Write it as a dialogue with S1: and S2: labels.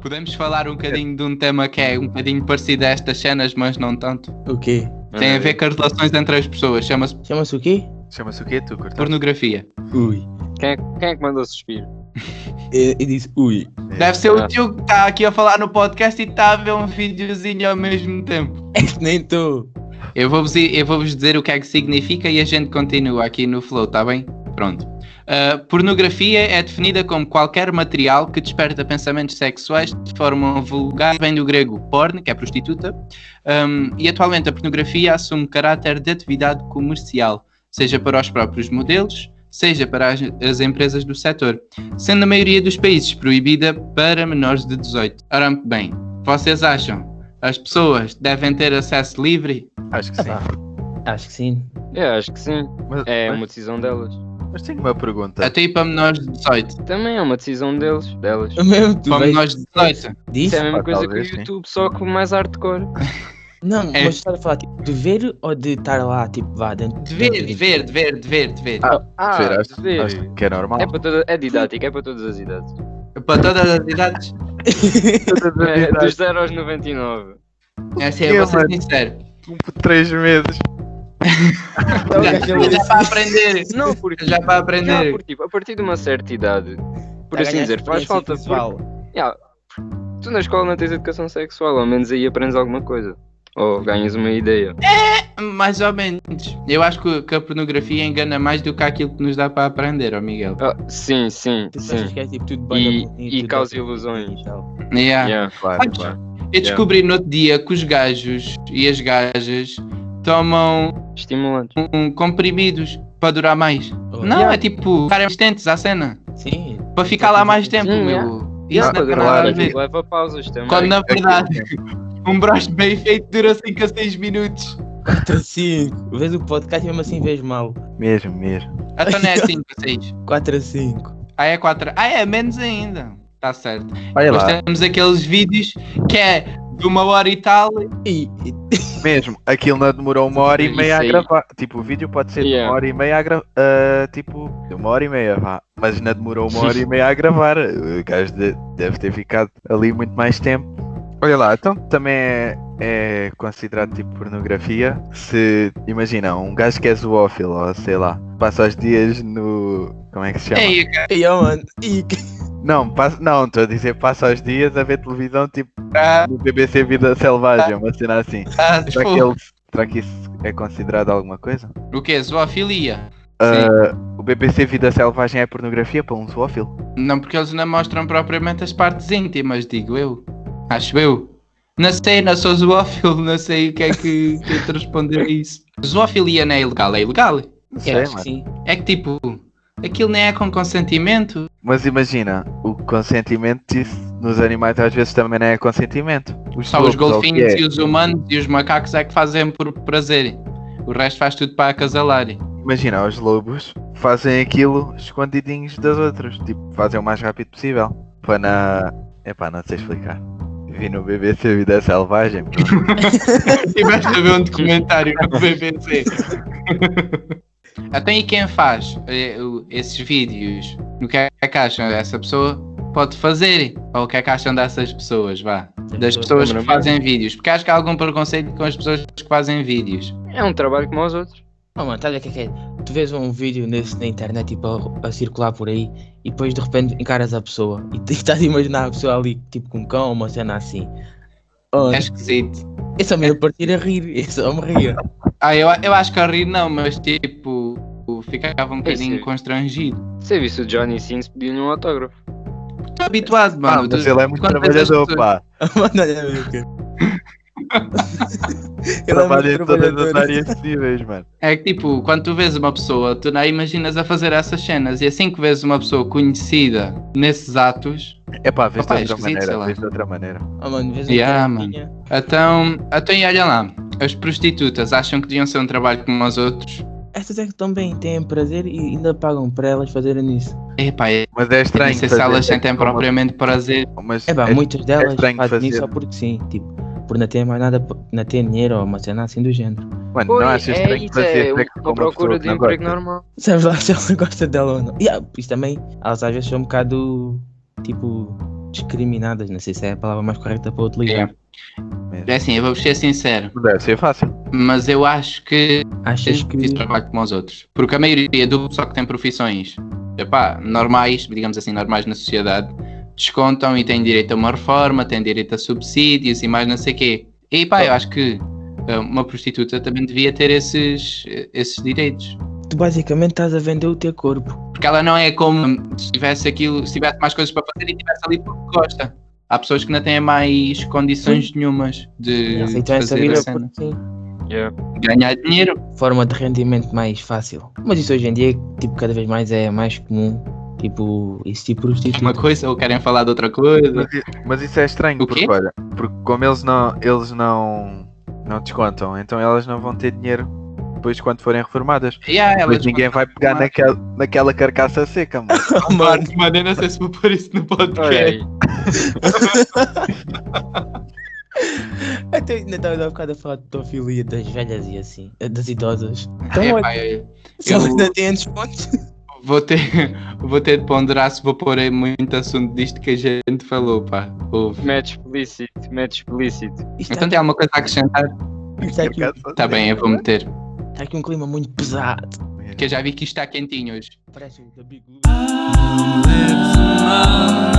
S1: Podemos falar um bocadinho de um tema que é um bocadinho parecido a estas cenas, mas não tanto.
S2: O quê?
S3: é
S1: Tem a ver com as relações entre as pessoas. Chama-se
S2: Chama-se o quê?
S3: Chama-se o quê, tu, Cortão?
S1: pornografia.
S2: Ui.
S4: Quem é, quem é que mandou suspiro?
S2: E, e disse ui.
S1: Deve ser o
S4: Ah.
S1: tio que está aqui a falar no podcast e está a ver um videozinho ao mesmo tempo.
S2: Nem estou.
S1: Eu vou-vos eu vou dizer o que é que significa e a gente continua aqui no Flow, tá bem? Pronto. Ah, pornografia é definida como qualquer material que desperta pensamentos sexuais de forma vulgar, vem do grego porn, que é prostituta, Hum, e atualmente a pornografia assume caráter de atividade comercial, seja para os próprios modelos, seja para as, as empresas do setor, sendo na maioria dos países proibida para menores de 18. Ora bem, vocês acham as pessoas devem ter acesso livre?
S3: Acho que sim.
S2: Ah, Acho que sim.
S4: Eu acho que sim.
S3: Mas,
S4: É
S3: mas-
S4: uma decisão delas.
S3: mas tenho uma pergunta.
S1: Até ir para menores de 18.
S4: Também é uma decisão deles. Delas.
S2: Eu mesmo tu
S1: Para
S2: vais-
S1: menores de 18.
S2: é Diz?
S4: Isso é a mesma
S3: pá,
S4: coisa
S3: talvez,
S4: que
S3: sim.
S4: o YouTube, só que mais hardcore.
S2: Não,
S1: É.
S2: mas estás a falar tipo, de ver ou de estar lá, tipo, vá dentro. tipo,
S1: Dever,
S2: dentro-
S1: dever, dever, dever, dever.
S4: Ah,
S3: Ver, acho,
S4: ver.
S3: acho que é normal.
S4: É, para toda, é didático, é para todas as idades.
S1: Para todas as idades.
S4: É, dos 0 aos 99.
S1: É assim, eu
S3: Eu,
S1: vou ser
S3: mano.
S1: sincero.
S3: Um por três meses.
S4: É
S1: Já, já para aprender.
S4: Não, porque,
S1: Então, Já para
S4: já,
S1: aprender.
S4: porque tipo, a partir de uma certa idade,
S2: Tá
S4: por assim dizer, faz falta. Porque, tu na escola não tens educação sexual, ao menos aí aprendes alguma coisa. Ou ganhas uma ideia.
S1: Mais ou menos. Eu acho que, que a pornografia engana mais do que aquilo que nos dá para aprender, ó Miguel.
S4: Ah, sim, sim,
S2: Tu
S4: sim.
S2: pensas que é tipo tudo banda
S4: E,
S2: bonita,
S4: e
S2: tudo
S4: causa
S2: bem.
S4: ilusões.
S1: Yeah.
S4: Yeah.
S3: Claro, claro.
S1: Eu descobri no outro dia que os gajos e as gajas tomam
S4: Estimulantes.
S1: um, comprimidos para durar mais.
S2: Oh,
S1: Não,
S4: Yeah.
S1: é tipo ficarem resistentes à cena.
S2: Sim.
S1: Para ficar lá mais tempo,
S4: Sim, yeah. Tá
S1: meu. Isso
S4: Não,
S1: não tem
S4: para
S1: nada a
S4: durar,
S1: ver.
S4: leva pausas também.
S1: Quando na
S3: É
S1: verdade um broche bem feito dura 5 a 6 minutos.
S2: Então, cinco. Vês o podcast e mesmo assim vês mal.
S3: Mesmo, mesmo.
S1: Então não é 5 a 6.
S2: 4 a 5.
S1: Ah, é 4. Ah, é menos ainda. Está certo.
S3: Olha
S1: Depois
S3: lá,
S1: temos aqueles vídeos que é de uma hora e tal.
S2: E, e
S3: mesmo. Aquilo não demorou uma hora e
S4: Isso
S3: meia a
S4: aí.
S3: gravar. Tipo, o vídeo pode ser de
S4: Yeah.
S3: uma hora e meia a gravar. tipo, de uma hora e meia, vá. Mas não demorou uma hora e meia a gravar. O gajo de- deve ter ficado ali muito mais tempo. Olha lá, então também é, é considerado tipo pornografia. Se, imagina, um gajo que é zoófilo, ou sei lá, passa os dias no. Como é que se chama?
S1: Ei,
S2: e, oh, mano. E,
S3: Não, passa, não, estou a dizer, passa os dias a ver televisão tipo
S1: ah,
S3: no BBC Vida Selvagem, uma cena assim.
S1: ah,
S3: Será que,
S1: fogo.
S3: ele- será que isso é considerado alguma coisa?
S1: O que? Zoofilia?
S3: Ah, o BBC Vida Selvagem é pornografia para um zoófilo?
S1: Não, porque eles não mostram propriamente as partes íntimas, digo eu. Acho eu. Não sei, não sou zoófilo, não sei o que é que, que é de responder a isso. Zoofilia não é ilegal, é ilegal.
S3: Não
S2: eu acho que
S3: mano.
S2: sim.
S1: É que tipo, aquilo nem é com consentimento.
S3: Mas imagina, o consentimento disso nos animais às vezes também não é consentimento. Os
S1: Só os
S3: zoófilos, ou o que
S1: golfinhos
S3: é?
S1: e os humanos e os macacos é que fazem por prazer. O resto faz tudo para acasalarem.
S3: Imagina, os lobos fazem aquilo escondidinhos das outras. Tipo, fazem o mais rápido possível. Para na. Epá, não sei explicar. Vi no BBC Vida Selvagem.
S1: Tiveste a ver um documentário no BBC. Até aí quem faz eh, o- esses vídeos, o que é que acham dessa pessoa? Pode fazer. Ou o que é que acham dessas pessoas, vá? Das pessoas que fazem vídeos. Porque acho que há algum preconceito com as pessoas que fazem vídeos.
S4: É um trabalho como os outros.
S2: Oh, mano, sabe o que é que é? Tu vês um vídeo nesse, na internet tipo, a, a circular por aí e depois de repente encaras a pessoa e tu estás a imaginar a pessoa ali tipo com um cão, uma cena assim. Oh,
S1: É esquisito.
S2: eu só me ia partir a rir, eu só me ria.
S1: Ah, eu, eu acho que a rir não, mas tipo, ficava um bocadinho
S4: Isso.
S1: constrangido.
S4: Se eu visse o Johnny Sins pedindo um autógrafo.
S1: Estou habituado,
S3: Ah,
S1: mano.
S3: mas
S1: Tu-
S3: ele é muito
S1: quantas
S3: trabalhador,
S1: pessoas-
S3: pá.
S2: Mano, olha é. a minha cara. Ele é
S3: Trabalha em
S2: muito
S3: todas as
S2: trabalhador.
S3: áreas possíveis, mano.
S1: É que tipo, quando tu vês uma pessoa, tu não imaginas a fazer essas cenas e assim que vês uma pessoa conhecida nesses atos,
S3: É pá, vês de
S1: Opa, é
S3: outra
S1: esquisito, sei lá.
S3: maneira, vês de outra maneira.
S2: Oh, mano, vês um
S1: Yeah,
S2: cara
S1: mano.
S2: tinha-
S1: então, então e olha lá, as prostitutas acham que deviam ser um trabalho como os outros.
S2: Estas é que também têm prazer e ainda pagam para elas fazerem isso.
S1: Epá, eu
S3: Mas é
S1: não
S3: estranho.
S1: sei se
S3: fazer
S1: elas
S3: isso
S1: sentem
S3: com uma-
S1: propriamente prazer.
S3: Mas
S2: É pá,
S3: é-
S2: muitas delas
S3: estranho
S2: fazem isso
S3: fazer.
S2: só porque sim, tipo, por não ter mais nada, por não ter dinheiro ou uma cena assim do género.
S3: Mano,
S4: Pois,
S3: não achas
S4: é
S3: estranho
S4: isso, é
S3: fazer
S4: uma
S3: sexo com uma
S4: procura
S3: pessoa
S4: de
S3: que não
S4: emprego
S3: gosta?
S4: normal.
S2: ah, Sabes lá se ela gosta dela ou não. Yeah, isto também, elas às vezes são um bocado, tipo, discriminadas, não sei se é a palavra mais correta para utilizar.
S1: É assim, eu vou ser sincero,
S3: Deve ser fácil.
S1: mas eu acho que
S2: Achas
S1: Acho
S2: que.
S1: que trabalho como os outros. Porque a maioria do pessoal que tem profissões epá, normais, digamos assim, normais na sociedade, descontam e têm direito a uma reforma, têm direito a subsídios e mais não sei quê. E pá, eu acho que eh, uma prostituta também devia ter esses, eh, esses direitos.
S2: Tu basicamente estás a vender o teu corpo.
S1: Porque ela não é como se tivesse aquilo, se tivesse mais coisas para fazer e tivesse ali porque gosta. Há pessoas que não têm mais condições nenhumas de
S2: Aceitam essa
S1: fazer a
S2: vida
S1: cena.
S2: porque sim.
S4: Yeah.
S1: ganhar dinheiro.
S2: forma de rendimento mais fácil. Mas isso hoje em dia, tipo, cada vez mais é mais comum, tipo, esse tipo de prostituta.
S1: Uma coisa, ou querem falar de outra coisa.
S3: Mas, i- mas isso é estranho,
S1: O
S3: porque
S1: quê?
S3: olha, porque como eles não, eles não, não descontam, então elas não vão ter dinheiro depois quando forem reformadas.
S1: Yeah, ah, É, elas
S3: Mas ninguém vai pegar
S1: reformadas.
S3: naquela, naquela carcaça seca, mano.
S1: Mano, mano, eu não sei se vou pôr isso no
S4: Olha
S1: podcast.
S4: aí.
S2: Até ainda estava há bocado a falar de pedofilia das velhas e assim, das idosas. Então,
S1: É,
S2: olha,
S1: pá, eu
S2: se elas
S1: eu- Então,
S2: ainda têm desconto.
S1: vou ter, vou ter de ponderar se vou pôr aí muito assunto disto que a gente falou, pá. Ouve.
S4: Match explícito, match explícito.
S2: Isto
S1: Então
S2: aqui-
S1: tem alguma coisa a acrescentar?
S2: isto aqui-
S3: Carcaça
S1: Tá bem, eu
S3: seca.
S1: vou meter.
S2: Está aqui um clima muito pesado.
S1: Porque eu já vi que isto está quentinho hoje.
S2: Parece um da Big Blue.
S5: Lips, my